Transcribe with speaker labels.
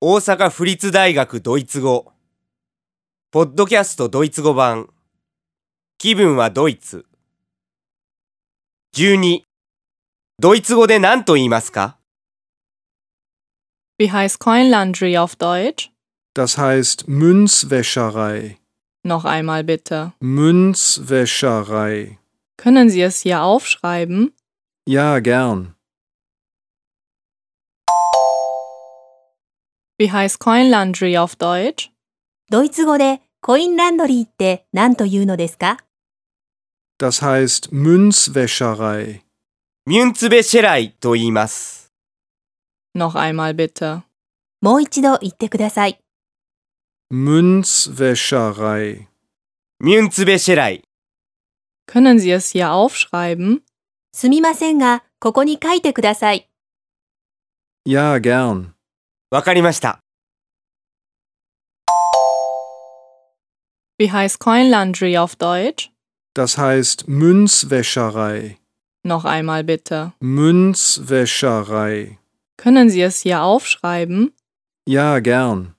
Speaker 1: 大阪府立大学ドイツ語ポッドキャストドイツ語版気分はドイツ12ドイツ語で何と言いますか
Speaker 2: Wie heißt Coin Laundry auf Deutsch?
Speaker 3: Das heißt Münzwäscherei.
Speaker 2: Noch einmal bitte.
Speaker 3: Münzwäscherei.
Speaker 2: Können Sie es hier aufschreiben?
Speaker 3: Ja, gern.
Speaker 2: Wie heißt Coin Laundry auf Deutsch?
Speaker 4: ドイツ語でコインランドリーって何というのですか
Speaker 3: Das heißt Münzwäscherei.
Speaker 1: ミュンツベシェライと言います
Speaker 2: Noch einmal bitte.
Speaker 4: もう一度言ってください。
Speaker 3: Münzwäscherei.
Speaker 1: ミュンツベシェライ
Speaker 2: Können Sie es hier aufschreiben?
Speaker 4: すみませんが、ここに書いてください。
Speaker 3: Ja, gern.
Speaker 1: わかりました
Speaker 2: Wie heißt Coin Laundry auf Deutsch?
Speaker 3: Das heißt Münzwäscherei.
Speaker 2: Noch einmal bitte.
Speaker 3: Münzwäscherei.
Speaker 2: Können Sie es hier aufschreiben?
Speaker 3: Ja, gern.